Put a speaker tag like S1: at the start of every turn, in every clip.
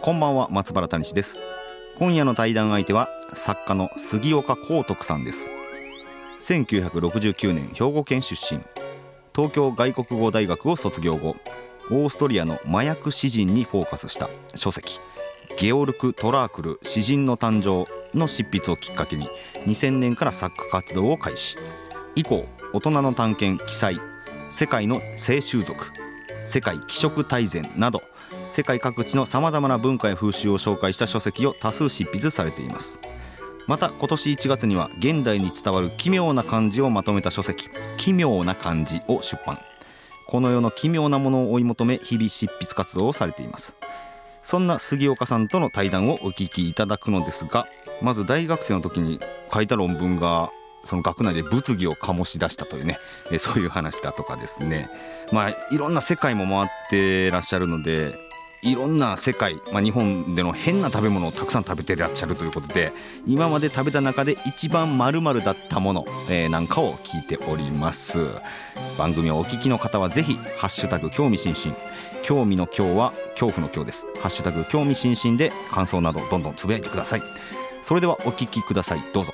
S1: こんばんは松原谷志です今夜の対談相手は作家の杉岡光徳さんです1969年兵庫県出身東京外国語大学を卒業後オーストリアの麻薬詩人にフォーカスした書籍ゲオルク・トラークル詩人の誕生の執筆をきっかけに2000年から作家活動を開始以降大人の探検記載世界の青州族世界気色大全など世界各地のさまざまな文化や風習を紹介した書籍を多数執筆されていますまた今年1月には現代に伝わる奇妙な漢字をまとめた書籍「奇妙な漢字」を出版この世の奇妙なものを追い求め日々執筆活動をされていますそんな杉岡さんとの対談をお聞きいただくのですがまず大学生の時に書いた論文がその学内で物議を醸し出したというねえそういう話だとかですねまあいろんな世界も回ってらっしゃるのでいろんな世界、まあ、日本での変な食べ物をたくさん食べてらっしゃるということで今まで食べた中で一番まるだったもの、えーなんかを聞いております番組をお聞きの方はぜひ「ハッシュタグ興味津々」興味の今日は恐怖の今日です「ハッシュタグ興味津々」で感想などどんどんつぶやいてくださいそれではお聞きくださいどうぞ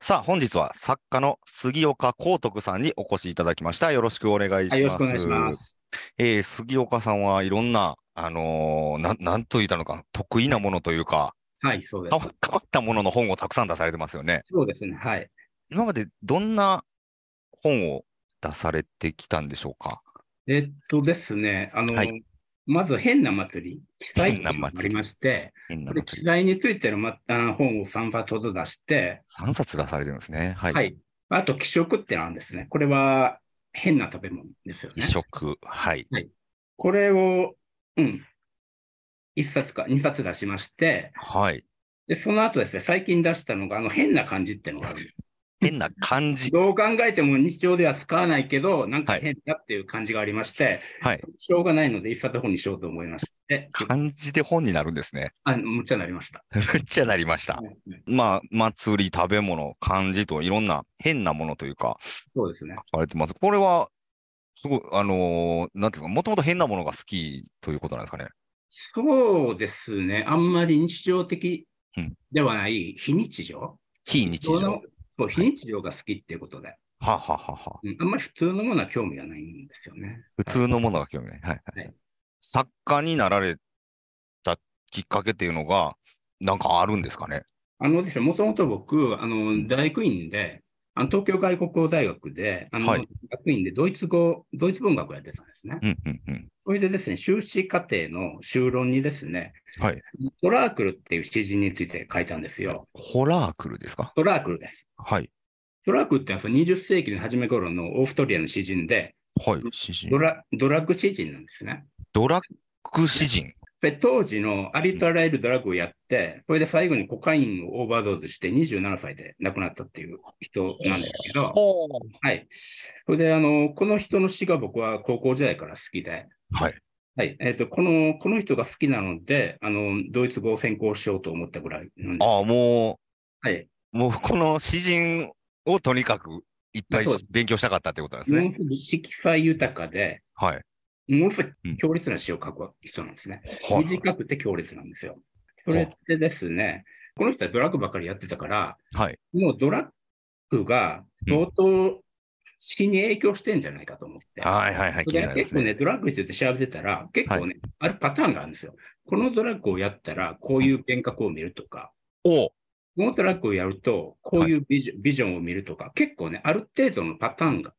S1: さあ本日は作家の杉岡光徳さんにお越しいただきましたよろしくお願いします、
S2: はい、よろしくお願いします。
S1: えー杉岡さんはいろんな、あのーなん、なんと言ったのか、得意なものというか、
S2: はい、そうです
S1: 変。わ変わったものの本をたくさん出されてますよね。
S2: そうですね、はい。
S1: 今までどんな本を出されてきたんでしょうか
S2: えっとですね、あの、
S1: はい
S2: まず変な祭り、記載っていうのがあ
S1: 変な祭
S2: り
S1: り
S2: まして、
S1: 変な
S2: これ記載についての、ま、あの本を3冊ほど出して、
S1: 3冊出されてるんですね。はい。
S2: はい。あと、気色ってなんですね。これは変な食べ物ですよね
S1: 移。植。はい。
S2: これを、うん。1冊か2冊出しまして、
S1: はい。
S2: で、その後ですね、最近出したのが、あの、変な感じってのがあるんです。
S1: 変な漢字。
S2: どう考えても日常では使わないけど、なんか
S1: はい
S2: 変だっていう感じがありまして、
S1: はい。
S2: しょうがないので、一冊本にしようと思いまして、
S1: 漢字で本になるんですね。
S2: あむっちゃなりました。
S1: めっちゃなりました。まあ、祭り、食べ物、漢字といろんな変なものというか、
S2: そうですね。
S1: されてます。これは、すごい、あのーなんていうか、もともと変なものが好きということなんですかね。
S2: そうですね。あんまり日常的
S1: うん
S2: ではない非日常。
S1: 非日
S2: そ
S1: 常。は
S2: のそう非日常が好きっていうことで、
S1: ははは。
S2: うんあんまり普通のものは興味がないんですよね。
S1: 普通のものが興味ない。はい、は
S2: はいい。
S1: 作家になられたきっかけっていうのが、なんかあるんですかね。
S2: あのですね、もともと僕、あの、大学院で、あの東京外国語大学で、あの、
S1: はい
S2: 学院でドイツ語、ドイツ文学をやってたんですね。
S1: うんうんうん。
S2: それでですね、修士課程の修論にですね、
S1: はい。
S2: トラークルっていう詩人について書いたんですよ。
S1: ホラークルですか
S2: トラークルです。
S1: はい。
S2: ドラッグってのはその20世紀の初め頃のオーストリアの詩人で、
S1: はい。詩人
S2: ド。ラドラッグ詩人なんですね。
S1: ドラッグ詩人。
S2: それ当時のありとあらゆるドラッグをやって、それで最後にコカインをオーバードーズして27歳で亡くなったっていう人なんですけど、
S1: ほう
S2: はい。それであの、この人の詩が僕は高校時代から好きで、
S1: はい。
S2: はい。えっ、と、この、この人が好きなので、あの、ドイツ語を専攻しようと思ったぐらいなんです。
S1: ああ、も
S2: はい。
S1: う、もうこの詩人をとにかくいっぱい
S2: そうで
S1: 勉強したかったってことなんです
S2: も
S1: ね。
S2: のすごく色彩豊かで、
S1: はい。
S2: ものすごい強烈な詩を書く人なんですね。
S1: はい
S2: 短くて強烈なんですよ。それってですね、この人はドラッグばっかりやってたから、
S1: はい。
S2: もうドラッグが相当死に影響してんじゃないかと思って。
S1: はいはいはい。気になりま
S2: で結
S1: す
S2: 構
S1: ね。
S2: ね、ドラッグについて調べてたら、結構ね、あるパターンがあるんですよ。このドラッグをやったら、こういう幻覚を見るとか、
S1: お
S2: このドラッグをやると、こういうビジョン,、ビジョンを見るとか、結構ね、ある程度のパターンが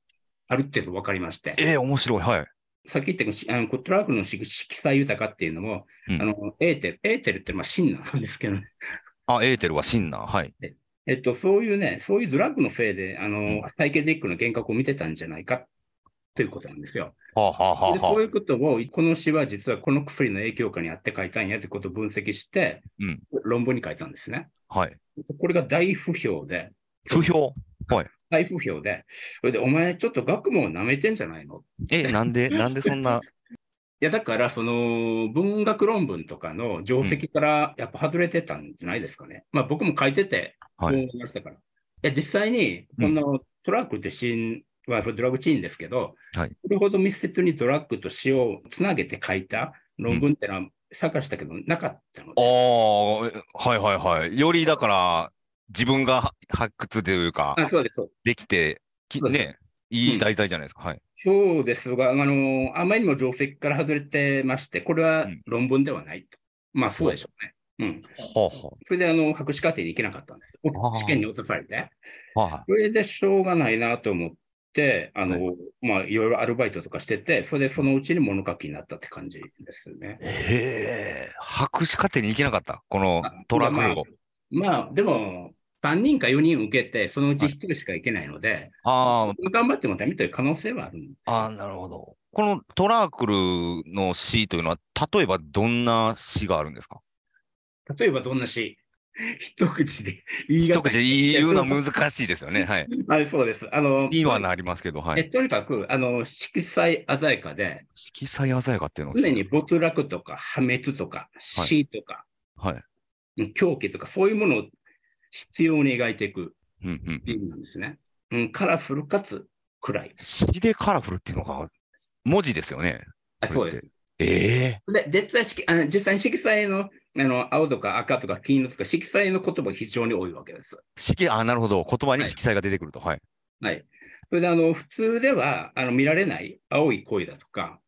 S2: ある程度分かりまして。
S1: えー、面白い。はい。
S2: さっき言ったようにしあのトラックの色色彩豊かっていうのも、
S1: うん
S2: あのエーテル、エーテルってまあ真なんですけどね、
S1: あ、エーテルはシンナー。はい。
S2: えっと、そういうね、そういうドラッグのせいで、あの、
S1: ん
S2: サイケデリックの幻覚を見てたんじゃないかということなんですよ。
S1: はあ、はあは
S2: で
S1: あ
S2: そう
S1: は
S2: いうことを、この詩は実はこの薬の影響下にあって書いたんやということを分析して、
S1: うん
S2: 論文に書いたんですね。
S1: あ、はい。
S2: これが大不評で、
S1: 不評。
S2: 大不評で、それで、お前ちょっと学問を舐めてんじゃないの
S1: え、なん で、なんでそんな。
S2: いや、だから、その、文学論文とかの定石から、やっぱ外れてたんじゃないですかね。まあ、僕も書いてて、そう
S1: はい
S2: 思いましたから。い、や、実際に、
S1: う
S2: こ
S1: ん
S2: のトラックってシーン、まあ、ドラッグチーンですけど、
S1: はい
S2: それほど密接にドラッグと詩をつなげて書いた論文ってのは探したけど、なかったの
S1: あ
S2: で、
S1: あ、はいはいはい。よりだから、自分が発掘というか、
S2: あそうです、そうです
S1: できて、き
S2: そうです
S1: ね、い
S2: うん
S1: い題材じゃないですか。はい。
S2: そうですが、あの、あまりにも定石から外れてまして、これは
S1: うん
S2: 論文ではないと。まあ、そうでしょうね。うん。
S1: は
S2: それで、あの、博士課程に行けなかったんです。
S1: あー
S2: 試験に落とされて。
S1: あ、はあ。はい。
S2: それでしょうがないなと思って、あの、、
S1: はい
S2: まあ、いろいろアルバイトとかしてて、それでそのうちに物書きになったって感じですね。
S1: へえ、博士課程に行けなかった、この
S2: あ
S1: トラックを。
S2: まあ、でも、3人か4人受けて、そのうち1人しか行けないので、
S1: あ
S2: 頑張ってもダメという可能性はあるんです
S1: あ、ああ、なるほど。このトラークルの詩というのは、例えばどんな詩があるんですか
S2: 例えばどんな詩一口で言い
S1: 一
S2: 難
S1: 口で言うのは難しいですよね。はい。
S2: い。あそうです。あの、
S1: にはなりますけど、は
S2: え
S1: い。
S2: とにかく、あの、色彩鮮やかで、
S1: 色彩鮮やかっていうのが
S2: 常に没落とか破滅とか死とか、
S1: はい。
S2: 狂気とか、そういうものを必要に描いていく
S1: うんうん。
S2: ビームなんですね。うん、カラフルかつ暗い。
S1: 詩でカラフルっていうのが、文字ですよね。
S2: あ
S1: こ
S2: そ
S1: れ
S2: う
S1: って
S2: です。
S1: ええ
S2: で実際色あの実際に色彩のあの青とか赤とか金色とか色彩の言葉が非常に多いわけです。
S1: 色、あ、なるほど。言葉に色彩が出てくると。はい。
S2: はい。それであの普通ではあの見られない青い恋だとか、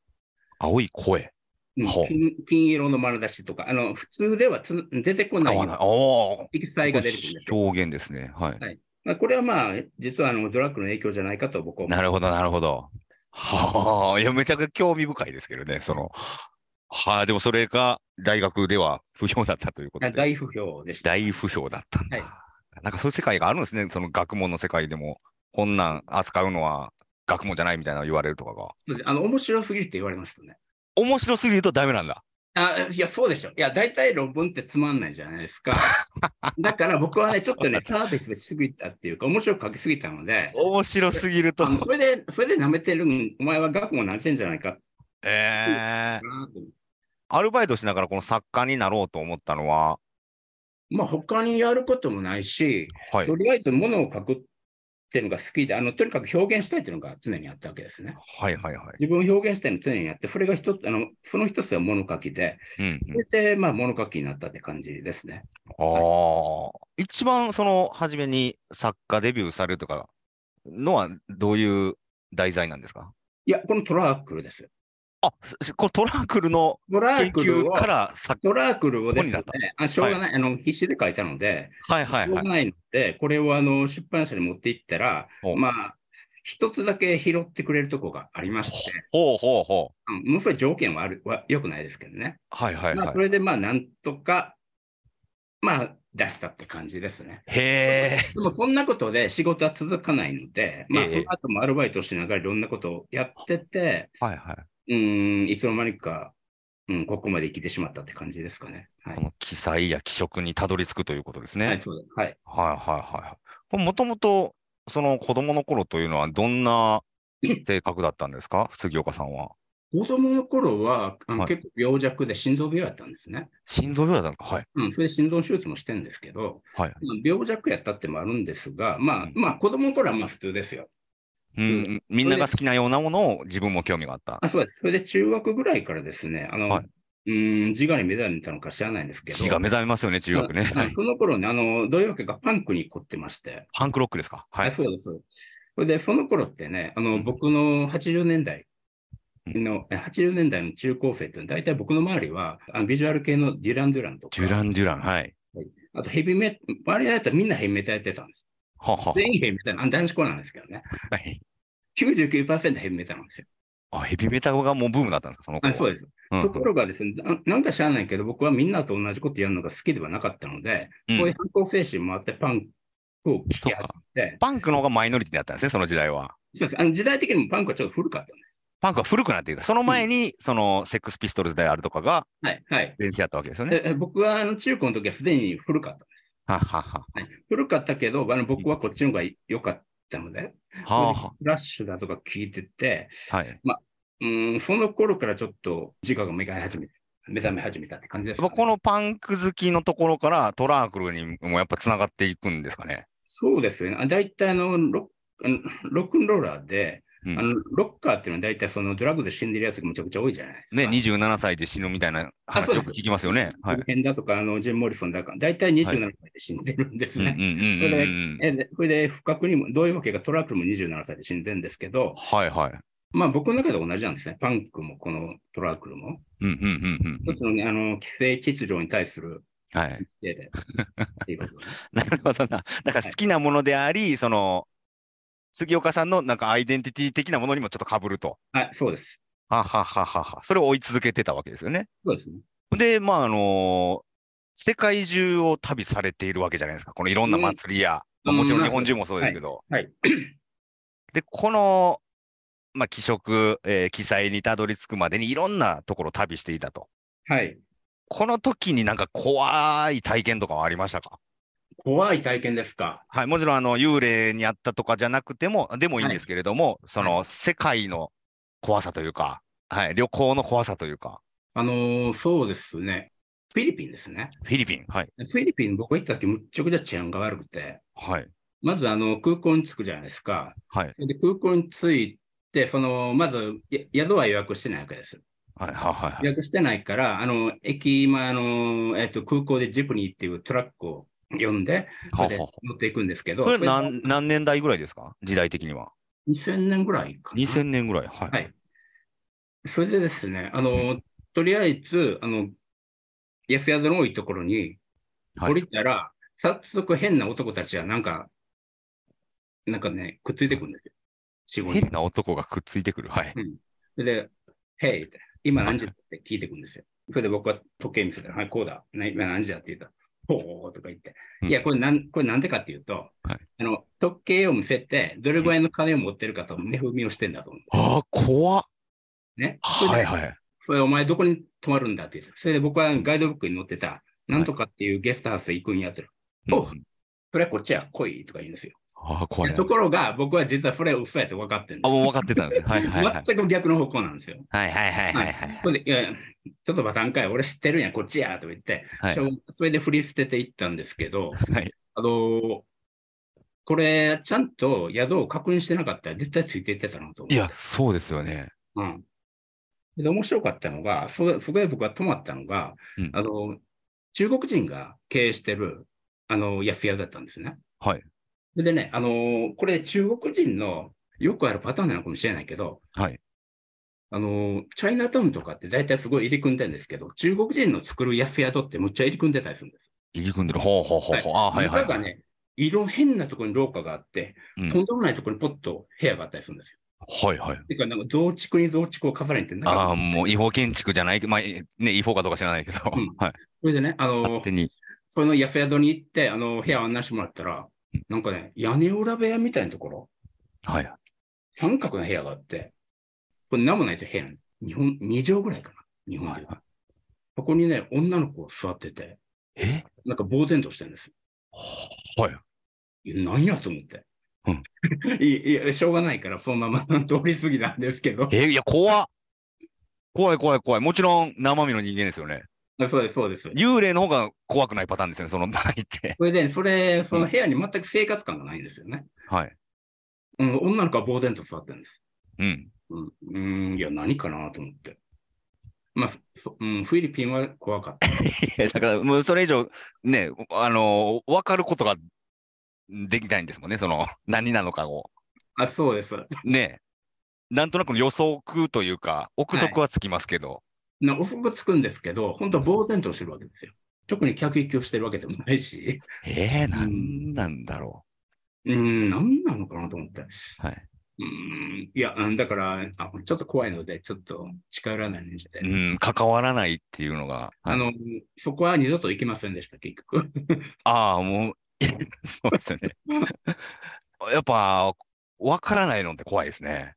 S1: 青い声。
S2: うん
S1: ほう
S2: 金金色の丸出しとか、あの普通ではつ出てこな
S1: 合
S2: い
S1: わない。おー
S2: 色彩が出てくるんですよ。
S1: 表現ですね。はい。
S2: まあ、これはまあ、実はあのドラッグの影響じゃないかと僕は思う
S1: なるほど、なるほど。はあ、いや、めちゃくちゃ興味深いですけどね、その。はあ、でもそれが大学では不評だったということ
S2: あ
S1: で。
S2: 大不評でした。
S1: 大不評だったんだ。
S2: はい
S1: なんかそういう世界があるんですね、その学問の世界でも。こんなん扱うのは学問じゃないみたいなの言われるとかが。
S2: そうですあの面白すぎるって言われましたね。
S1: 面白すぎるとダメなんだ。
S2: あいや、そうでしょ。いや、大体論文ってつまんないじゃないです か。だから僕はね、ちょっとね、サービスしすぎたっていうか、面白く書きすぎたので、
S1: 面白すぎると
S2: あ。のそれで、それで舐めてるん、お前は学問舐めてんじゃないか
S1: ええ
S2: なと。
S1: アルバイトしながらこの作家になろうと思ったのは、
S2: まあ、他にやることもないし、
S1: はい
S2: と。りあえず物を書くっていうのが好きで、あのとにかく表現したいっていうのが常にあったわけですね。
S1: はいはいはい。
S2: 自分を表現したいの常にあって、それが一つ、あのその一つは物書きで、
S1: うん
S2: それで、まあ、物書きになったって感じですね。
S1: ああ、一番その初めに作家デビューされるとかのはどういう題材なんですか
S2: いや、このトラークルです。
S1: あ、すこのトランクルの
S2: トラ
S1: 研
S2: ークル
S1: 究
S2: を
S1: から作
S2: トラークルをです
S1: 本にな
S2: ね
S1: っ、
S2: あしょうがない、あの必死で書いたので、
S1: はいはい
S2: しょう
S1: は
S2: が
S1: い。
S2: ないので、これをあの出版社に持っていったら
S1: ほう、
S2: まあ、一つだけ拾ってくれるとこがありまして、
S1: ほうほうほう。
S2: うん、もうそれ条件はあるは良くないですけどね。
S1: はいはい
S2: ま
S1: は
S2: あ、
S1: い
S2: そ。れでまあ、なんとか、まあ、出したって感じですね。
S1: へえ。
S2: でも、そんなことで仕事は続かないので、まあ、
S1: ええ
S2: その後もアルバイトしながらいろんなことをやってて、
S1: はいはい。
S2: うん、いつの間にか、うん、ここまで来てしまったって感じですかね。はい
S1: こ。の記載や記職にたどり着くということですね。
S2: は
S1: はい
S2: い、そうです。はい。
S1: はいはいはい。もともとその子供の頃というのはどん な性格だったんですか杉岡さんは。
S2: 子供の頃は、あの
S1: はい
S2: 結構病弱で心臓病やったんですね。
S1: 心臓病だったのかはい。
S2: うん、それで心臓手術もしてるんですけど、
S1: はい。
S2: まあ病弱やったってもあるんですが、ま
S1: う
S2: あ
S1: ん、
S2: まあ、子供の頃はまあ普通ですよ。
S1: うんうん、みんなが好きなようなものを自分も興味があった。
S2: あそうです。それで中学ぐらいからですね、あの、
S1: はい
S2: うん、自我に目覚めたのか知らないんですけど、
S1: 血が目覚めますよね、中学ね。
S2: はいその頃ね、あの、土曜日がパンクに凝ってまして、
S1: パンクロックですか。は
S2: はいい、。そうです。それで、その頃ってね、あ
S1: う
S2: の
S1: ん
S2: 僕の80年代
S1: う
S2: の、え80年代の中高生って、大体僕の周りは、あのビジュアル系のデュラン・デュランとか、
S1: デュラン・デュラン。はい。
S2: あとヘビメ、周りのやつはみんなヘビメタやってたんです。
S1: ははは
S2: 全員ヘビメタな、あ男子校なんですけどね、
S1: はい。
S2: 99%ヘビメタなんですよ。
S1: あ、ヘビメタがもうブームだったんですか、その
S2: あ
S1: 頃。
S2: そうです。
S1: うん
S2: ところがですね、ななんか知らないけど、僕はみんなと同じことやるのが好きではなかったので、
S1: うん
S2: こういう反抗精神もあって、パンを聞き始めて、
S1: パンクの方がマイノリティだったんですね、その時代は。
S2: そうですあの時代的にもパンクはちょっと古かったんで
S1: パンクは古くなってきた。その前に、そのセックスピストルズであるとかが
S2: す。はい、はい。
S1: 前世やったわけですよね。
S2: ええ僕はあの中高の時はすでに古かったんです。
S1: ははは
S2: 古かったけど、あの僕はこっちの方が良かったので、
S1: はは
S2: フラッシュだとか聞いてて、
S1: は。はい。
S2: うん、その頃からちょっと自我が目が始め目覚め始めたって感じです、
S1: やっぱこのパンク好きのところからトラークルにもやっぱつながっていくんですかね。
S2: そうですよね。あ大体あのロックあのロックンローラーで、
S1: うん
S2: あのロッカーっていうのは大体そのドラッグで死んでるやつがむちゃくちゃ多いじゃないですか。
S1: ね、27歳で死ぬみたいな
S2: あそ
S1: 話
S2: うで
S1: よ
S2: す
S1: く聞きますよね。はい。
S2: 変だとか、あのジェン・モリソンだから、大体27歳で死んでるんです
S1: うんうんうん
S2: ね。
S1: うんうん。
S2: えでこれで、不覚にも、どういうわけか、トラックも27歳で死んでるんですけど、
S1: はいはい。
S2: まあ僕の中で同じなんですね。パンクもこのトラックルも。
S1: うんうんうんう
S2: 一
S1: ん。
S2: つのね、あの、規制秩序に対する
S1: はい。
S2: 規定で。っていうことね
S1: なるほどな。だから好きなものであり、その、杉岡さんのなんかアイデンティティ的なものにもちょっとかぶると。
S2: はい、そうです。
S1: ははははは。それを追い続けてたわけですよね。
S2: そうですね。
S1: で、まあ、あの世界中を旅されているわけじゃないですか。このいろんな祭りや、
S2: うん
S1: まあもちろん
S2: うん
S1: 日本中もそうですけど。
S2: はいはい
S1: で、この、まあ、気色、えー記載にたどり着くまでにいろんなところを旅していたと。
S2: はい。
S1: この時になんか怖い体験とかはありましたか
S2: 怖い体験ですか。
S1: はい、もちろんあの幽霊にあったとかじゃなくても、でもいいんですけれども、その世界の怖さというか、はい、旅行の怖さというか、
S2: あのーそうですね。フィリピンですね。
S1: フィリピン、はい、
S2: フィリピン、僕が行った時、むっちゃくちゃ治安が悪くて、
S1: はい、
S2: まずあの空港に着くじゃないですか。
S1: はい、
S2: それで空港に着いて、そのまずや宿は予約してないわけです。
S1: はい、はい、はい
S2: 予約してないから、あの駅、まあのえっと、空港でジプニーっていうトラックを呼んで、そ
S1: は
S2: れで
S1: い。は
S2: 乗っていくんですけど、
S1: それ
S2: それが
S1: 何何年代ぐらいですか時代的には。
S2: 2000年ぐらいかな。
S1: 2000年ぐらい。はい。
S2: はいそれでですね、あのとりあえずあの、安宿の多いところに
S1: はい
S2: 降りたら、早速変な男たちがなんか、なんかね、くっついてくるんですよ。四五人
S1: 変な男がくっついてくる。はい。
S2: それで、へいって、今何時だって聞いてくるんですよ。それで僕は時計見せたら、はい、こうだ、な今何時だって言ったら、ほーとか言って、
S1: うん
S2: いや、これなん、これなんでかっていうと、
S1: はい
S2: あの、時計を見せて、どれぐらいの金を持ってるかと、値踏みをしてんだと思
S1: ああ、怖っ。
S2: う。ね。そ
S1: は
S2: れ
S1: い、
S2: で
S1: はい。
S2: それでお前どこに泊まるんだって言って、それで僕はガイドブックに載ってた、なんとかっていうゲストハウス行くんやってる。お
S1: うん
S2: それはこっちや、来いとか言うんですよ。
S1: ああ、怖いな。
S2: ところが、僕は実はそれは嘘やって分かってるんで
S1: あ、
S2: す
S1: もう分かってたんですね。はい、 はい、はい。
S2: 全く逆の方向なんですよ。
S1: はい、はい、はい、はいはい。
S2: それで、いやいや、ちょっとバタンかい、俺知ってるんや、こっちや、とか言って、
S1: はい
S2: しょうそれで振り捨てていったんですけど、
S1: はい
S2: あのーこれ、ちゃんと宿を確認してなかったら絶対ついていってたなと思う。
S1: いや、そうですよね。
S2: うん。で、面白かったのが、そそこで僕が泊まったのが、
S1: うん
S2: あの、中国人が経営してる、あの、安屋だったんですね。
S1: はい。
S2: それでね、あのーこれ中国人のよくあるパターンなのかもしれないけど、
S1: はい。
S2: あのーチャイナタウンとかって大体すごい入り組んでるんですけど、中国人の作る安宿ってむっちゃ入り組んでたりするんです。
S1: 入り組んでる。ほうほうほうほう。あーはい、はい。
S2: 中がね、いろん変なところに廊下があって、
S1: うん
S2: とんでもないところにポッと部屋があったりするんですよ。
S1: はい、はい。
S2: てか、なんか、増築に増築を重ねて、なん
S1: ああ、
S2: か、
S1: もう違法建築じゃない、まあ、えね、違法かどうか知らないけど、
S2: ん
S1: はい。
S2: それでね、あのー
S1: 勝手に。
S2: その安宿に行って、あの、部屋を案内してもらったら、なんかね、屋根裏部屋みたいなところ、
S1: はい。
S2: 三角の部屋があって、これ何もないと部屋なの、日本、2畳ぐらいかな、日本でいう。そこにね、女の子が座ってて、
S1: え
S2: なんか呆然としてるんですよ。
S1: はい。
S2: いや、何やと思って。
S1: う
S2: いいや、しょうがないから、そのま ま通り過ぎたんですけど。
S1: え、いや、怖っ怖い怖い怖い。もちろん生身の人間ですよね。
S2: そうです、そうです。
S1: 幽霊の方が怖くないパターンですね、その場合って。
S2: それで、それ、その部屋に全く生活感がないんですよね。
S1: はい。
S2: うん、女の子は呆然と座ってるんです。
S1: うん。
S2: うん、うーん、いや、何かなと思って。まあ、そうん、フィリピンは怖かった。
S1: いやだから、もうそれ以上、ね、あの分かることができないんですもんね、その、何なのかを。
S2: あ、そうです。
S1: ね。なんとなくの予測というか、憶測はつきますけど。
S2: な、遅くつくんですけど、本当呆然としてるわけですよ。特に客引きをしてるわけでもないし、
S1: えー、なんなんだろ
S2: うーん、何なのかなと思って。
S1: う。はい。
S2: うーん、いや、うんだからあ、ちょっと怖いので、ちょっと近寄らないようにして。
S1: うん、関わらないっていうのが。
S2: あの、そこは二度と行きませんでした、結局。
S1: ああ、もう、 そうです よね。やっぱ、わからないのって怖いですね。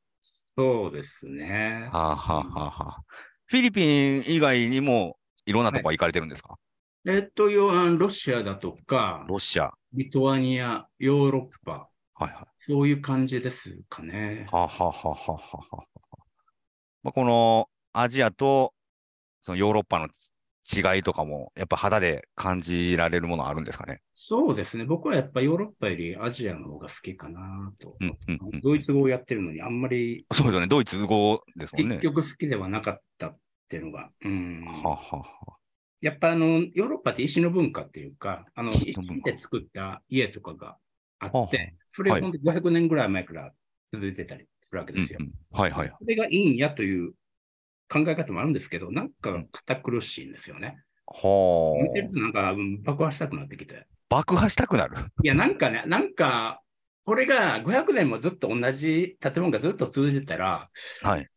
S2: そうですね。
S1: はあ、はあはあはあ、フィリピン以外にも、いろんなとこ行かれてるんですか、
S2: えっと、要はロシアだとか、
S1: ロシア。は
S2: リトアニア、ヨーロッパ、
S1: いはい。
S2: そういう感じですかね。
S1: はあ、はあはあはあはあはあまあ、このアジアとそのヨーロッパのち違いとかも、やっぱ肌で感じられるものあるんですかね。
S2: そうですね。僕はやっぱヨーロッパよりアジアの方が好きかなと。
S1: うんうんうん、
S2: ドイツ語をやってるのにあんまり
S1: そうですよね。ドイツ語ですもん
S2: 結
S1: ね。
S2: 局好きではなかったっていうのが。うん
S1: はあ、はあはあ
S2: やっぱあの、ヨーロッパって石の文化っていうか、あの、
S1: 石
S2: 石
S1: の文化
S2: で作った家とかがあ
S1: はあは
S2: っ
S1: あ
S2: て、それ
S1: は
S2: が
S1: い
S2: 本当に500年ぐらい前から続いてたりするわけ
S1: うん
S2: ですよ。
S1: うん、はいはい。
S2: それがいいんやという考え方もあるんですけど、なんか堅苦しいんですよね。見てる
S1: は
S2: となんかうん爆破したくなってきて。
S1: あ。爆破したくなる。
S2: いや、なんかね、なんか、これが500年もずっと同じ建物がずっと続いてたら、
S1: はい。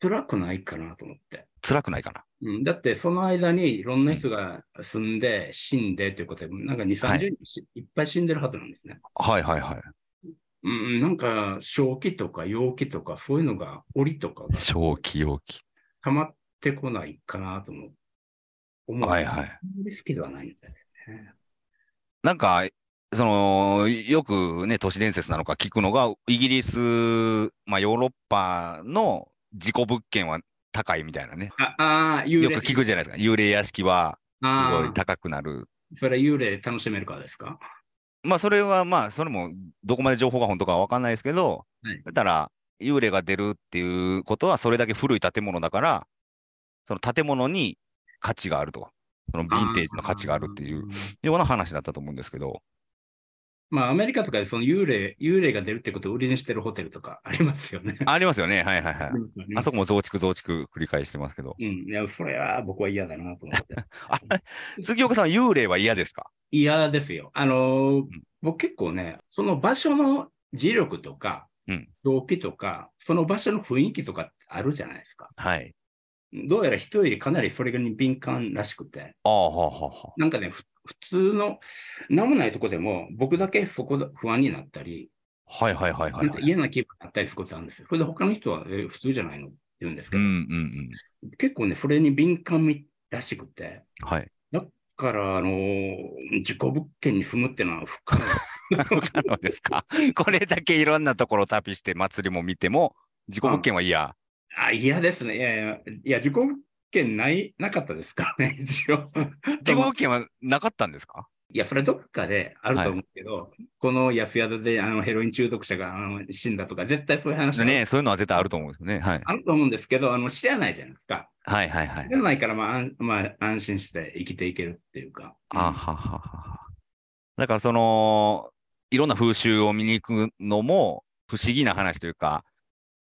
S2: 辛くないかなと思って。
S1: 辛くないかな。
S2: うん、だって、その間にいろんな人が住んで、死んでということで、なんか2、
S1: は
S2: 30
S1: い
S2: 人し、い、っぱい死んでるはずなんですね。
S1: はいはいはい。
S2: うん、なんか、正気とか陽気とか、そういうのが、檻とかが
S1: 正気容気。
S2: 溜まってこないかなと思う。思う
S1: はいはい。
S2: あんまり好きではないみたいですね。
S1: なんか、その、よくね、都市伝説なのか聞くのが、イギリス、まあ、ヨーロッパの事故物件は高いみたいなね。
S2: ああー、幽霊
S1: よく聞くじゃないですか。幽霊屋敷はすご
S2: あ
S1: い高くなる。
S2: ーそれは幽霊楽しめるからですか
S1: まあ、それはまあ、それもどこまで情報が本当かわかんないですけど、
S2: はい
S1: だったら、幽霊が出るっていうことは、それだけ古い建物だから、その建物に価値があると。そのヴィンテージの価値があるっていう
S2: あー。
S1: ような話だったと思うんですけど、
S2: まあ、アメリカとかでその幽霊、幽霊が出るってことを売りにしてるホテルとか ありますよね。
S1: ありますよね。はいはいはい。
S2: りま
S1: あ
S2: す
S1: そこも。増築増築繰り返してますけど
S2: う。ん、いや、それは僕は嫌だなと思って。
S1: あれ 杉岡さん、幽霊は嫌ですか
S2: 嫌ですよ。あのー僕結構ね、その場所の磁力とか
S1: うん、
S2: 動機とか、その場所の雰囲気とかってあるじゃないですか。
S1: はい。
S2: どうやら人よりかなりそれに敏感らしくて、
S1: ああ、はあ、はあは
S2: なんかね、ふ普通の、なんもないとこでも、僕だけそこで不安になったり、
S1: あ。はいはいはいは
S2: ないんか
S1: はい。
S2: 嫌な気分になったりすることあるんですよ。それで他の人は、えー普通じゃないのって言うんです
S1: う
S2: け
S1: ん
S2: ど、
S1: うん
S2: 結構ね、それに敏感みらしくて、
S1: うん。はい。
S2: だから、あのー事故物件に住むってのは不可能。
S1: 不可能ですか これだけいろんなところ旅して祭りも見ても、事故物件は嫌。
S2: あ、嫌ですね。いやいや、いや、事故物件ない、なかったですからね、 一応。
S1: 事故物件はなかったんですか
S2: いや、それはどっかであると思うんですけど、この安宿であのヘロイン中毒者があの死んだとか、絶対そういう話は
S1: ねそういうのは絶対あると思うんですよね。はい。
S2: あると思うんですけど、あの知らないじゃないですか。
S1: はいはいはい
S2: 知。らないから、まああんまあ、安心して生きていけるっていうか。
S1: あはははは。だからその、いろんな風習を見に行くのも不思議な話というか、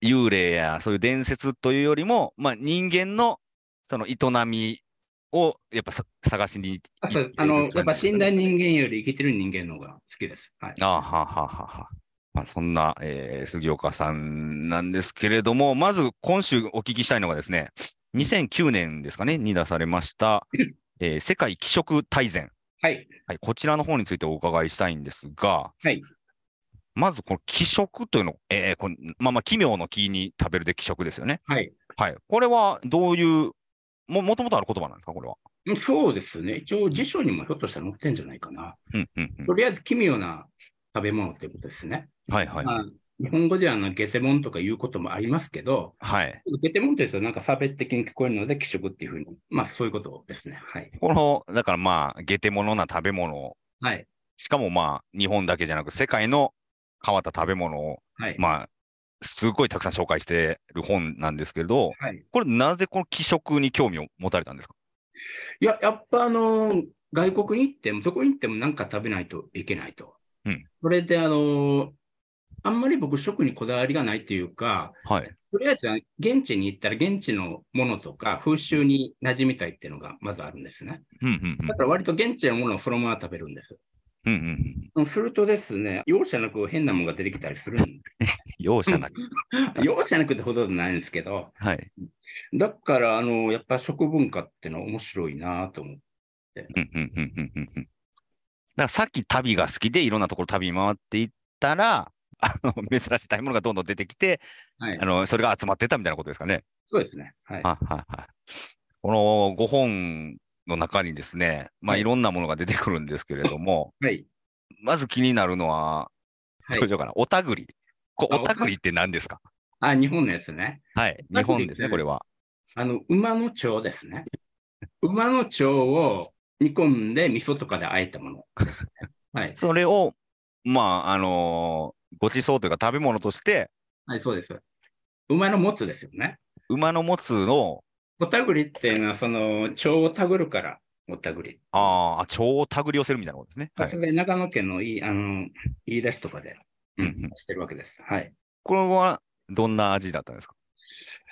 S1: 幽霊やそういう伝説というよりも、まあ、人間のその営みをやっぱさ探しに行
S2: あ
S1: っ
S2: そ
S1: て
S2: う
S1: る
S2: あの
S1: 感じ
S2: やっぱ死んだ
S1: で
S2: 人
S1: すかね。
S2: 間より生きてる人間の方が好きです。はい、
S1: あはははは。まあ、そんな、えー杉岡さんなんですけれども、まず今週お聞きしたいのがですね、2009年ですかね、に出されま した、えー世界気色大全。
S2: はい、
S1: はい、こちらの方についてお伺いしたいんですが、
S2: はい
S1: まずこの気色というの、えーこれまあまあ奇妙の気に食べるで気色ですよね。
S2: はい。
S1: はい、これはどういうも、もともとある言葉なんですか、これは。
S2: そうですね。一応辞書にもひょっとしたら載ってんじゃないかな。
S1: うんうんう
S2: とりあえず奇妙な食べ物ってことですね。
S1: ん。はいはい。
S2: まあ日本語ではあのゲセモンとかいうこともありますけど、
S1: はい。
S2: ゲセモンというとなんか差別的に聞こえるので、気色っていうふうに、まあそういうことですね。はい。
S1: この、だからまあ、下手物な食べ物、
S2: はい。
S1: しかもまあ、日本だけじゃなく、世界の変わった食べ物を、
S2: はい。
S1: まあ、すごいたくさん紹介してる本なんですけれど、
S2: はい
S1: これなぜこの気色に興味を持たれたんですか
S2: いや、やっぱあのー、外国に行っても、どこに行っても何か食べないといけないと。
S1: うん
S2: それであのー、あんまり僕、食にこだわりがないというか、
S1: はい。
S2: とりあえずは現地に行ったら現地のものとか風習に馴染みたいっていうのがまずあるんですね。
S1: うんうんうん
S2: だ。から割と現地のものをそのまま食べるんです。
S1: うんうんうん。
S2: うんするとですね、容赦なく変なものが出てきたりするん です。
S1: 容赦なく。
S2: 容赦なくってほどでもないんですけど、
S1: はい。
S2: だからあのー、やっぱ食文化ってのは面白いなと思って。
S1: うんうんうんうんうんうんだからさっき旅が好きでいろんなところ旅回っていったら、あの 珍しい食べ物がどんどん出てきて、
S2: はい
S1: あ。のそれが集まってたみたいなことですかね。
S2: そうですね。はい。
S1: はいはいはい。この5本の中にですね、まあ、
S2: はい
S1: いろんなものが出てくるんですけれども、
S2: はい。
S1: まず気になるのは、
S2: はい
S1: どうしようかな、おたぐり。こ
S2: あ
S1: おたぐりって何ですか
S2: あ、日本のやつね。
S1: はい、
S2: おた
S1: 日
S2: ぐり
S1: 本ですね、
S2: って
S1: これは。
S2: あの、馬の腸ですね。馬の腸を煮込んで味噌とかで和えたものです ね。はい。
S1: それを、まあ、あのーごちそうというか食べ物として、
S2: はい、そうです。馬のもつですよね。
S1: 馬の持つの、
S2: おたぐりっていうのは、その、腸をたぐるから、おたぐり。
S1: あーあ、腸をたぐり寄せるみたいなことですね。はい
S2: そ。れで長野県のいい、あの、言い出しとかで、う
S1: うんうん
S2: ん、してるわけです。はい。
S1: これは、どんな味だったんですか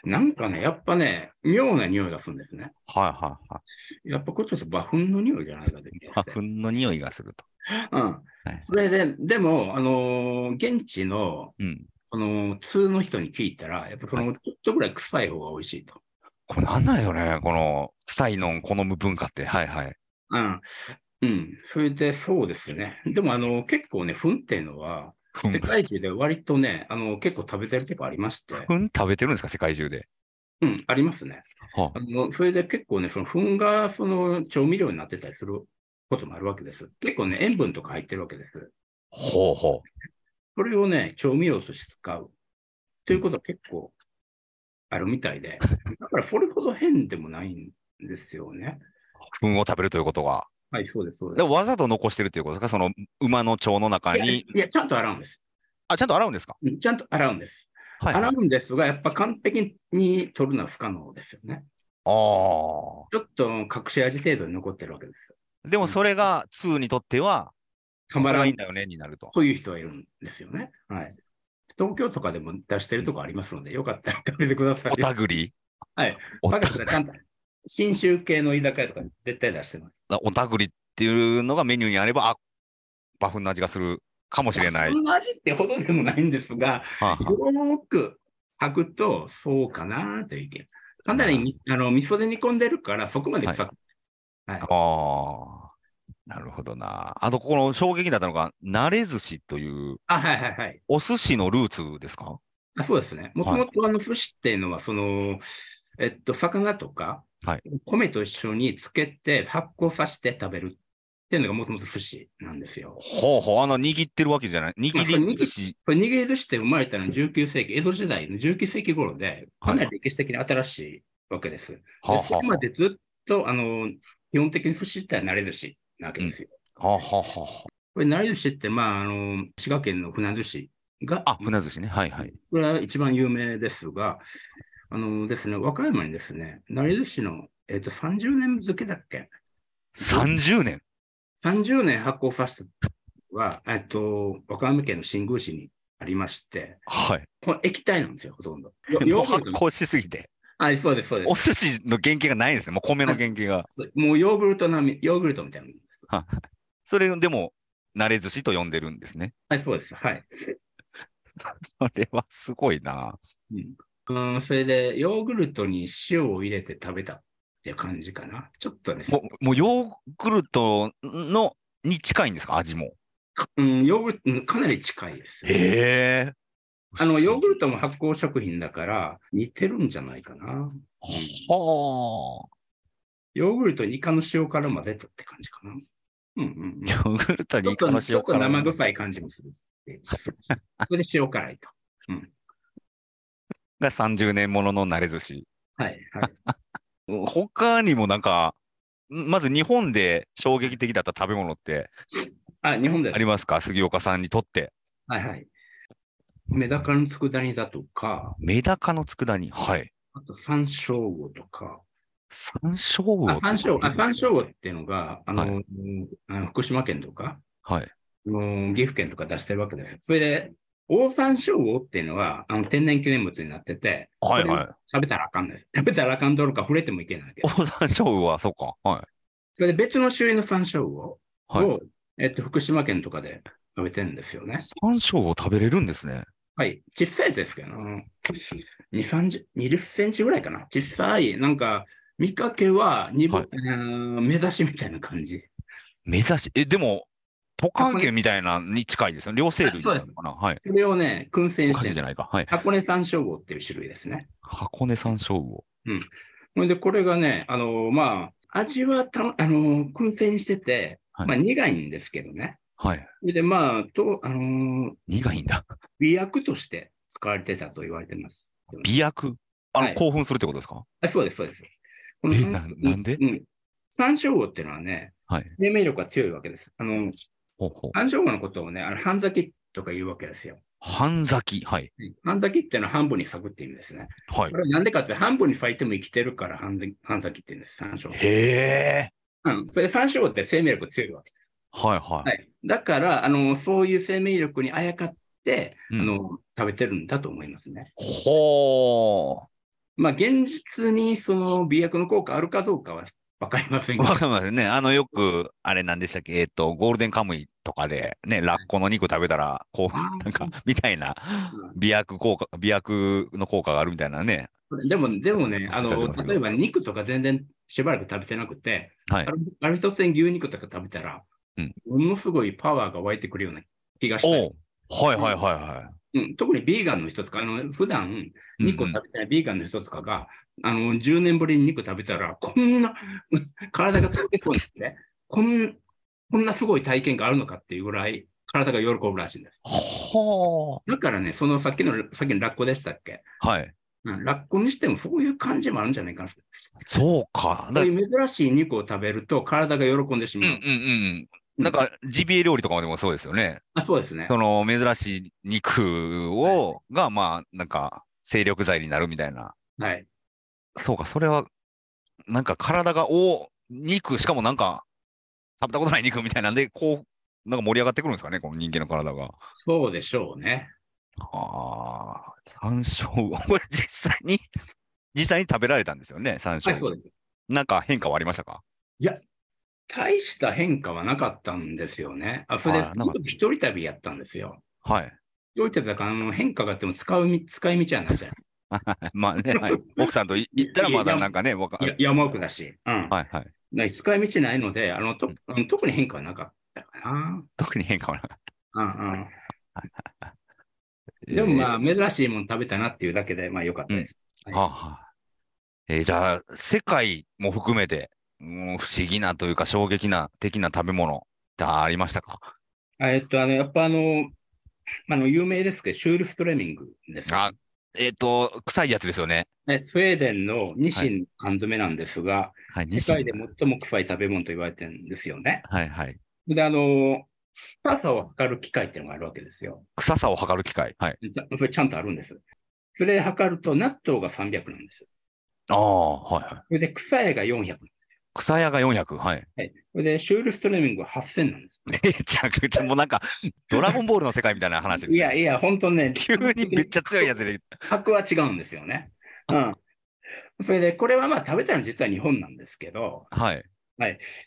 S2: なんかね、やっぱね、妙な匂いがするんですね。
S1: はいはいはい。
S2: やっぱこれちょっと馬糞の匂いじゃないかと
S1: 花粉の匂いがすると。
S2: うん。
S1: はい
S2: それで、でも、あのー現地の、
S1: うん。
S2: その、通の人に聞いたら、やっぱその、ちょっとぐらい臭い方が美味しいと。
S1: これなんなんよね、この、臭いのん好む文化って。はいはい。
S2: うん。うん。それで、そうですね。でも、あの、結構ね、糞っていうのは、
S1: ふん
S2: 世、界中で割とね、あの、結構食べてるとこありまして、
S1: ふん食べてるんですか、世界中で。
S2: うん、ありますね。
S1: は
S2: あのそれで結構ね、その糞がその調味料になってたりすることもあるわけです。結構ね、塩分とか入ってるわけです。
S1: ほうほ
S2: これをね、調味料として使うということは結構あるみた いで、だからそれほど変でもないんですよね。
S1: う。ふんを食べるということが。
S2: はい、そうです、そう
S1: で
S2: です。
S1: わざと残してるっていうことですか、その馬の腸の中
S2: いや
S1: に。
S2: いや、ちゃんと洗うんです。
S1: あ、ちゃんと洗うんですか
S2: うんちゃんと洗うんです。
S1: はい。
S2: 洗
S1: あ
S2: うんですが、やっぱ完璧に取るのは不可能ですよね。
S1: あー。
S2: ちょっと隠し味程度に残ってるわけです。
S1: でもそれが2にとっては、
S2: た
S1: こ
S2: ま
S1: れ
S2: ら
S1: はいい
S2: ん
S1: んだよね、になると。
S2: こういう人がいるんですよね。はい。東京とかでも出してるとこありますので、よかったら食べてください
S1: お。たぐり
S2: はい。
S1: おた
S2: 探したらちゃんと信州系の居酒屋とか絶対出してます。
S1: おたぐりっていうのがメニューにあれば、あ、バフンの味がするかもしれ ない。
S2: そんな味ってほどでもないんですが、
S1: はあ
S2: よ
S1: は
S2: ーく履くと、そうかなという意見。かなりみあの味噌で煮込んでるから、そこまで臭く、
S1: ああー。なるほどな。あと、この衝撃だったのが、慣れ寿司という、
S2: あ、はいはいはい。
S1: お寿司のルーツですか
S2: あそうですね。もともとあの寿司っていうのは、その、えっと、魚とか、
S1: はい
S2: 米と一緒につけて発酵させて食べるっていうのがもともと寿司なんですよ。
S1: ほうほう、あの、握ってるわけじゃない。握り寿司。
S2: これ握り寿司って生まれたのは19世紀、江戸時代の19世紀頃で、
S1: は
S2: か
S1: い
S2: なり歴史的に新しいわけです。
S1: はあ
S2: でそれま
S1: は
S2: でずっと、あの、基本的に寿司って慣れ寿司なわけですよ。
S1: あはあはあは
S2: これ、慣れ寿司って、まあ、あの、滋賀県の船寿司が、
S1: あ。あ、船寿司ね。はいはい。
S2: これは一番有名ですが、あのですね、和歌山にですね、成寿司の、えっと30年漬けだっけ
S1: 30年。
S2: ?30 年発酵させたは、えっと、和歌山県の新宮市にありまして、
S1: はい。
S2: これ液体なんですよ、ほとんど。
S1: もう
S2: ヨーグ
S1: 発
S2: ルト
S1: 酵しすぎて。
S2: はい、そうです、そうで
S1: お
S2: す。
S1: 寿司の原型がないんですね。もう米の原型が。
S2: もうヨーグルト並み、ヨーグルトみたいなんです。
S1: それでも、慣れ寿司と呼んでるんですね。
S2: はい、そうです。はい。
S1: それはすごいな。
S2: うん、うんそれで、ヨーグルトに塩を入れて食べたっていう感じかな。ちょっとね、
S1: もう、もうヨーグルトの、に近いんですか味も。
S2: うん、ヨーグルトうん、かなり近いです。
S1: へえ。
S2: あの、ヨーグルトも発酵食品だから、似てるんじゃないかな。
S1: は
S2: ヨーグルトにイカの塩辛混ぜたって感じかな。うんうんうん。
S1: あ。ヨ
S2: ち
S1: ーグルト
S2: ょ
S1: に
S2: っ
S1: イカの
S2: とちょ
S1: 塩
S2: っと
S1: 辛。
S2: 生臭い感じもする。 それで塩辛いと。
S1: が30年ものの慣れ寿司。
S2: はい、はい。
S1: 他にもなんか、んまず日本で衝撃的だった食べ物って
S2: あ、日本で
S1: ありますか杉岡さんにとって。
S2: はいはい。メダカの佃煮だとか、
S1: メダカの佃煮。はい。
S2: あと山椒魚とか、
S1: 山椒魚
S2: あ山椒あ山椒
S1: 魚
S2: 魚っていうのが、あの、
S1: は
S2: あの福島県とか、
S1: はい。
S2: あの岐阜県とか出してるわけです。それで、大山椒魚っていうのは、あの天然記念物になってて、
S1: はいはい。
S2: 食べたらあかんです。食べたらあかんどころか触れてもいけないわけ
S1: お
S2: です。
S1: 山椒魚は、そうか。はい。
S2: それで別の種類の山椒魚を、
S1: はい。
S2: えっと、福島県とかで食べてるんですよね。
S1: 山椒魚食べれるんですね。
S2: はい。小さいやつですけど、2、30 20センチぐらいかな。小さい、なんか、見かけは、にぼ
S1: はい
S2: えー目指しみたいな感じ。
S1: 目指し、え、でも、トカゲみたいなのに近いですよね。両生類なのかなはい。
S2: それをね、燻製
S1: ト
S2: し
S1: カゲじゃ
S2: て、
S1: ないか。はい。
S2: 箱根山椒魚っていう種類ですね。
S1: 箱根山椒魚。
S2: ほんで、これがね、あのまあ、味はた、あの燻製にしてて、
S1: はい
S2: まあ、苦いんですけどね。
S1: はい。
S2: で、まあ、と、あの
S1: 苦いんだ。
S2: 美薬として使われてたと言われてます。
S1: 美薬。あの、
S2: はい
S1: 興奮するってことですか
S2: あそうです、そうです。こ
S1: え
S2: 山
S1: ななんで
S2: うん。山椒魚っていうのはね、
S1: はい。
S2: 生命力が強いわけです。あの、
S1: ほうほう。
S2: 半生後のことをね、あの半咲きとか言うわけですよ。
S1: 半咲き。はい。
S2: 半咲きっていうのは半分に咲くっていう意味ですね。
S1: はい
S2: こ。れはなんでかって半分に咲いても生きてるから半咲き半咲きって言うんです、山椒。
S1: へえ。
S2: うん。それで山椒って生命力強いわけ。
S1: はいはい。
S2: はい。だから、あの、そういう生命力にあやかって、
S1: うん
S2: あの、食べてるんだと思いますね。
S1: ほ
S2: まあ、現実にその美薬の効果あるかどうかはわかりません
S1: う。
S2: けど
S1: わ、かりますね。あの、よく、あれなんでしたっけえっ、と、ゴールデンカムイとかで、ね、ラッコの肉食べたら、こう、
S2: あー
S1: なんか、みたいな
S2: うん、
S1: 美薬効果、美薬の効果があるみたいなね。
S2: でも、でもね、あ
S1: おっしゃる
S2: の
S1: 通、り
S2: 例えば肉とか全然しばらく食べてなくて、
S1: はい
S2: あるある一つに牛肉とか食べたら、
S1: うん
S2: ものすごいパワーが湧いてくるような気がして、
S1: おうはいはいはいは
S2: うん、特にビーガンの人とか、あの普段
S1: い。
S2: 肉を
S1: うんうん
S2: 食べてないビーガンの人とかが、あの10年ぶりに肉食べたら、こんな 体が溶け込んですね、こんこんなすごい体験があるのかっていうぐらい、体が喜ぶらしいんです。
S1: ほ
S2: だからね、そのさっきの、さっきのラッコでしたっけ、
S1: う。はい。
S2: うん、ラッコにしてもそういう感じもあるんじゃないかな。
S1: そうか。だ
S2: そういう珍しい肉を食べると体が喜んでし
S1: うんう
S2: ま
S1: ん
S2: う。
S1: うんうん。なんか、ジビエ料理とかでもそうですよね。
S2: あそうですね
S1: そ。の珍しい肉を、が、まあ、なんか、精力剤になるみたいな。
S2: はい。
S1: そうか、それは、なんか体が、お肉、しかもなんか、食べたことない肉みたいなんで、こう、なんか盛り上がってくるんですかね、この人間の体が。
S2: そうでしょうね。
S1: ああ、山椒、これ 実際に、実際に食べられたんですよね、山椒。
S2: はい、そうです。
S1: なんか変化はありましたか
S2: 大した変化はなかったんですよね。あ、それで
S1: あーなんか、
S2: 一人旅やったんですよ。
S1: はい。
S2: 一人旅だからあの変化があっても使うみ、使い道はないじゃない。
S1: まあね、はい、奥さんとい行ったらまだなんかね、わか
S2: いや山奥だし。うん。
S1: はいはい。
S2: ない使い道ないので、あの、とあの特に変化はなかったか
S1: 特に変化はなかっ
S2: な。うんうん。
S1: た。
S2: でも
S1: あ、
S2: まあ、珍しいもの食べたなっていうだけで、まあ、良かったです。
S1: はあはあえーじゃあ、世界も含めて、うん不思議なというか、衝撃な的な食べ物ってありましたか
S2: あえっと、あの、やっぱあの、あの、有名ですけど、シュールストレミングですよ。
S1: あえっ、と、臭いやつですよね。
S2: ね、スウェーデンのニシンの缶詰なんですが、
S1: はい、
S2: 世界で
S1: 西野
S2: 最も臭い食べ物と言われてるんですよね。
S1: はいはい。
S2: で、あの、臭さを測る機械っていうのがあるわけですよ。
S1: 臭さを測る機械。はい。
S2: ちゃそれちゃんとあるんです。それ測ると、納豆が300なんです。
S1: ああ、はいはい。
S2: それで、臭いが400。
S1: 草屋が400。はい。
S2: それで、シュールストレミングは8000なんです。
S1: めちゃくちゃ、もうなんか、ドラゴンボールの世界みたいな話です、ね。
S2: いやいや、本当ね、
S1: 急にめっちゃ強いやつで。
S2: 格は違うんですよね。うん。それで、これはまあ食べたのは実は日本なんですけど、
S1: はい。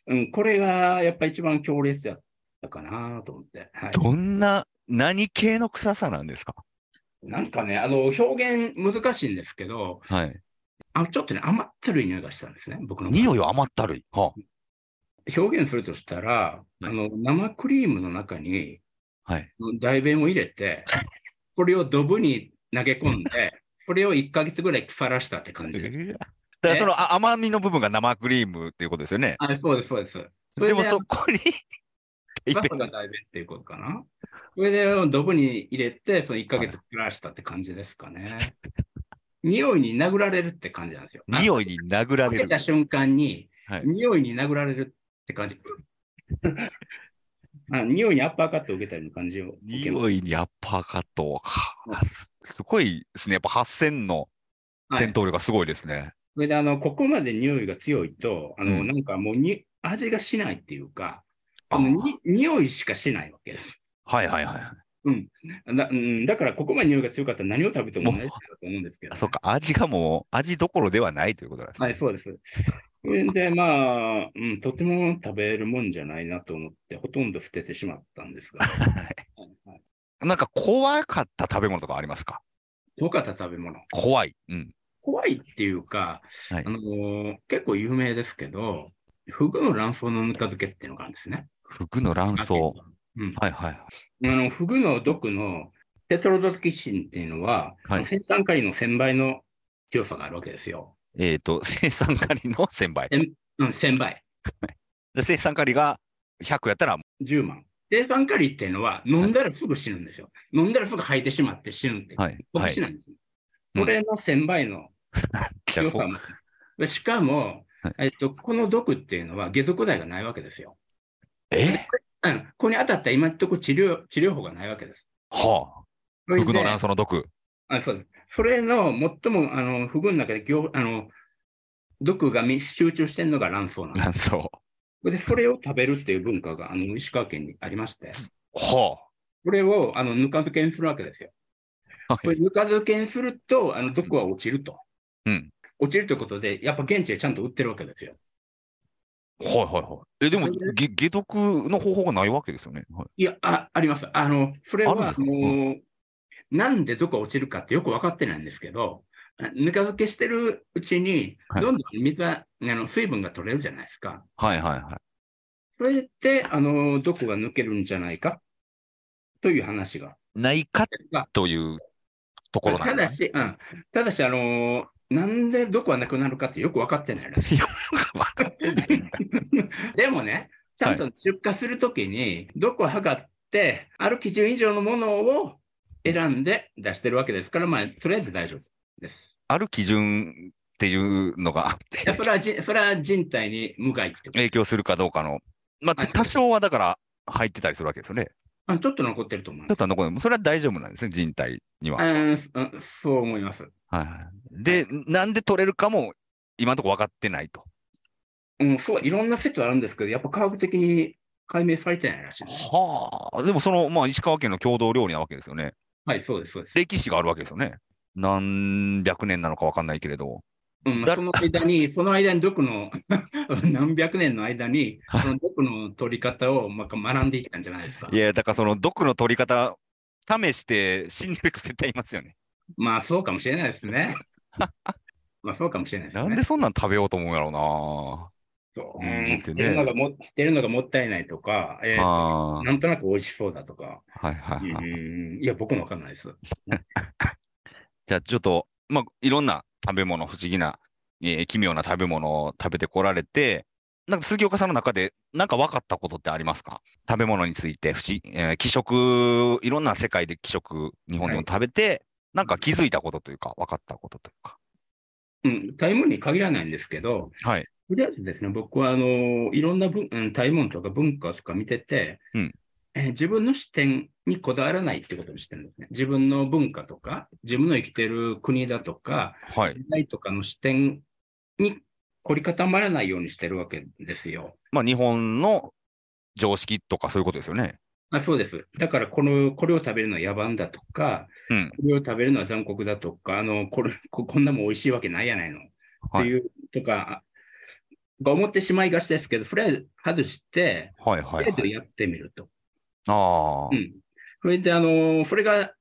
S2: うん、これがやっぱ一番強烈だったかなと思って、はい。
S1: どんな、何系の臭さなんですか
S2: なんかね、あの表現難しいんですけど、
S1: はい。
S2: あのちょっとね、甘ったるい匂いがしたんですね、僕の。
S1: 匂いは甘ったるい。は
S2: 表現するとしたら、
S1: い
S2: あの生クリームの中に
S1: あ、はい。
S2: 大便を入れて、これをドブに投げ込 んで、これを1ヶ月ぐらい腐らしたって感じです。
S1: だからそのあ甘みの部分が生クリームっていうことですよね。
S2: あそうです、そうです。それ
S1: で
S2: で
S1: もそこにいっ
S2: バ
S1: ぺ
S2: ッ
S1: ん、
S2: フが代弁っていうことかな。それで、ドブに入れて、その1ヶ月暮らしたって感じですかね。匂いに殴られるって感じなんですよ。
S1: 匂いに殴ら
S2: か
S1: れ
S2: け
S1: る
S2: た。瞬間に、
S1: はい
S2: 匂いに殴られるって感じ。 あ匂いにアッパーカットを受けたような感じを受けます。
S1: 匂いにアッパーカット。は
S2: は
S1: あすすごいですね。やっぱ8000の
S2: はい
S1: 戦闘力がすごいですね。
S2: それであの、ここまで匂いが強いと、あの
S1: うん
S2: なんかもうに味がしないっていうか、
S1: あ
S2: そのに匂いしかしないわけです。
S1: はいはいはい。
S2: だ,、うん、だから、ここまで匂いが強かったら何を食べても
S1: も
S2: 同
S1: う
S2: じだと思うんですけど、ね。
S1: そうか、味がもう、味どころではないということなんですね。
S2: はい、そうです。それ で、まあ、うん、とても食べるもんじゃないなと思って、ほとんど捨ててしまったん ですが、はいはい
S1: なんか怖かった食べ物とかありますか
S2: 怖かった食べ物。
S1: 怖い。うん。
S2: 怖いっていうか、
S1: はい
S2: あのー結構有名ですけど、フグの卵巣のぬか漬けっていうのがあるんですね。
S1: 服の卵巣。
S2: うん
S1: はいはい。
S2: あの、フグの毒のテトロドキシンっていうのは、
S1: はい
S2: 生産カリの1000倍の強さがあるわけですよ。
S1: えっ、と、 生産カリの1000倍。
S2: うん、1000倍。
S1: で生産カリが100やったら、
S2: 10万。生産カリっていうのは、飲んだらすぐ死ぬんですよ。飲んだらすぐ吐いてしまって死ぬって。
S1: はい。
S2: 特
S1: はい
S2: 殊。なんです
S1: う
S2: よ。
S1: ん
S2: それの1000倍の
S1: じゃあ
S2: 強
S1: こ
S2: さも。でしかも
S1: はい、
S2: えっと、この毒っていうのは解毒剤がないわけですよ。
S1: え
S2: うん、ここに当たった今のところ治療治療法がないわけです。
S1: はあ。
S2: それ
S1: 服の
S2: で
S1: 卵巣の毒。
S2: あそうですそれの最もあのフグの中で行あの毒が密集中してるのが卵巣なんです
S1: 卵巣。は
S2: で。それを食べるっていう文化があの石川県にありまして、
S1: あ。
S2: これをあのぬか漬けにするわけですよ。
S1: はい
S2: これぬか漬けにするとあの毒は落ちると。
S1: うん
S2: 落ちるということで、やっぱ現地でちゃんと売ってるわけですよ。
S1: はいはいはい。え、でも
S2: それ、
S1: げ解毒の方法がないわけですよね。はい
S2: いや、ああります。あの、それ
S1: あ
S2: は、
S1: るんですか
S2: もう、なんでどこ落ちるかってよく分かってないんですけど、ぬか漬けしてるうちに
S1: は、い
S2: どんどん水は、あの水分が取れるじゃないですか。
S1: はいはいはい。
S2: それで、あの、どこが抜けるんじゃないかという話が。
S1: ないか
S2: が
S1: というところな
S2: た
S1: んで
S2: だ
S1: す
S2: し、うん、ただし、あの、なんでどこがなくなるかってよく分かってないらしい。
S1: ね。
S2: でもね、ちゃんと出荷するときに、どこを測って、ある基準以上のものを選んで出してるわけですから、まあ、とりあえず大丈夫です。
S1: ある基準っていうのがあって
S2: いやそれはじ、それは人体に無害ってこと
S1: 影響するかどうかの、まあ、
S2: はい
S1: 多少はだから入ってたりするわけですよね。
S2: あちょっと残ってると思い
S1: ちょ
S2: ま
S1: っ
S2: す。
S1: と残る。それは大丈夫なんですね、人体には。
S2: あーそうんそう思います。
S1: はいはい、で、なんで取れるかも今のところ分かってないと。
S2: うん、そういろんな説はあるんですけど、やっぱ科学的に解明されてないらしいです。
S1: はあ、でもその、まあ、石川県の郷土料理なわけですよね。
S2: はい、そうです、そうです。
S1: 歴史があるわけですよね。何百年なのか分かんないけれど。
S2: うん、
S1: だ
S2: その間に、その間に毒の 何百年の間に、その毒の取り方をまあ学んでいったんじゃないですか
S1: い。や、だからその毒の取り方、試して死んでる人絶対いますよね。
S2: まあそうかもしれないで すね。まあそうかもしれないですね。
S1: なんでそんなん食べようと思うんやろうな。
S2: そ
S1: う
S2: う
S1: ん
S2: うん
S1: で
S2: 捨
S1: す
S2: て
S1: ね
S2: るのがも捨てるのがもったいないとか、えー
S1: あ
S2: なんとなく美味しそうだとか、
S1: あ、はいは
S2: う
S1: いはい。
S2: んいや、僕もわかんないです。
S1: じゃあちょっと、まあ、いろんな食べ物、不思議な、えー奇妙な食べ物を食べてこられて、なんか杉岡さんの中で、なんか分かったことってありますか食べ物について不思、えー、気色、いろんな世界で気色、日本でも食べて、なんか気づいたことというか、分かったことというか。
S2: うん、タイムに限らないんですけど、
S1: はい。
S2: とりあえずですね、僕はあのいろんな文、うん、タイムとか文化とか見てて、
S1: うん
S2: えー自分の視点にこだわらないってことにしてるんですね。自分の文化とか、自分の生きてる国だとか、
S1: はい。
S2: 時代とかの視点に凝り固まらないようにしてるわけですよ。
S1: まあ、日本の常識とかそういうことですよね。
S2: あそうです。だからこの、これを食べるのは野蛮だとか、
S1: うん
S2: これを食べるのは残酷だとか、あのこれここんなもん美味しいわけないやないの、
S1: はい
S2: っていうとか、が思ってしまいがちですけど、それは外して、
S1: はいは
S2: と
S1: い、
S2: り
S1: は
S2: あえず
S1: い。
S2: やってみると。
S1: ああ、
S2: うん、それで、あのそれが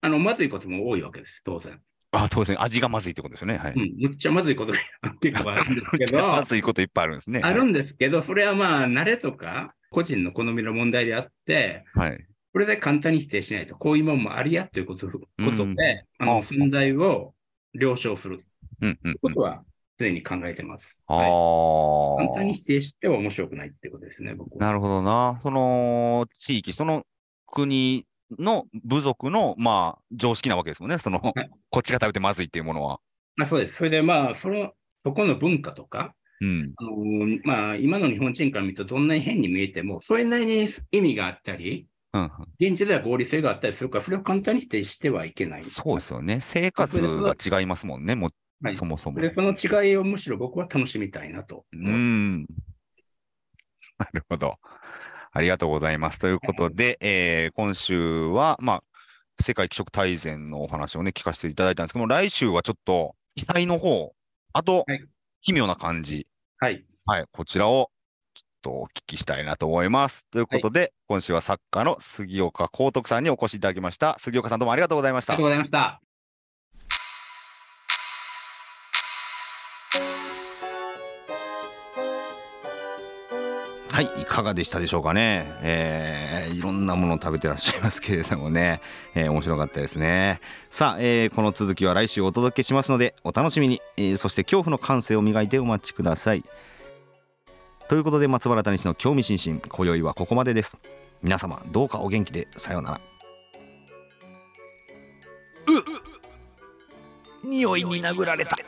S2: あのまずいことも多いわけです、当然。
S1: ああ、当然、味がまずいってことですよね。はい。
S2: うん、むっちゃまずいことが結構あるん ですけど、
S1: まずいこといっぱいあるんですね。
S2: あるんですけど、それはまあ、慣れとか、個人の好みの問題であって、
S1: はい。
S2: これで簡単に否定しないと、こういうもんもありやということことで、
S1: うん
S2: あ
S1: あ
S2: の存在を了承する
S1: うんうんう
S2: こ
S1: ん。
S2: とは常に考えてます。
S1: ああ
S2: はい
S1: ー、
S2: 簡単に否定しては面白くないっていうことですね、僕は。
S1: なるほどな。その地域、その国の部族の、まあ、常識なわけですもんね。その、
S2: はい
S1: こっちが食べてまずいっていうものは。
S2: まあ、そうです。それでまあ、そのそこの文化とか、
S1: うん。
S2: あのーまあ、今の日本人から見るとどんなに変に見えても、それなりに意味があったり、
S1: うんうん、
S2: 現地では合理性があったりするから、それを簡単に否定してはいけない。
S1: そうですよね。生活が違いますもんね、もう、
S2: はい
S1: そもそも。
S2: でその違いをむしろ僕は楽しみたいなと。
S1: うん。 なるほど。ありがとうございます。ということで、えー今週は、まあ、世界気色大全のお話をね、聞かせていただいたんですけども、来週はちょっと、期待の方、あと、
S2: はい
S1: 奇妙な感じ、
S2: はい。
S1: はい、こちらをちょっとお聞きしたいなと思います。ということで、今週は作家の杉岡幸徳さんにお越しいただきました。杉岡さんどうもありがとうございました
S2: ありがとう。ございました。
S1: はいいかがでしたでしょうかねえーいろんなものを食べてらっしゃいますけれどもね、えー面白かったですねさあ、えーこの続きは来週お届けしますのでお楽しみに、えーそして恐怖の感性を磨いてお待ちくださいということで松原谷氏の興味津々今宵はここまでです皆様どうかお元気でさようなら
S3: 匂いに殴られた。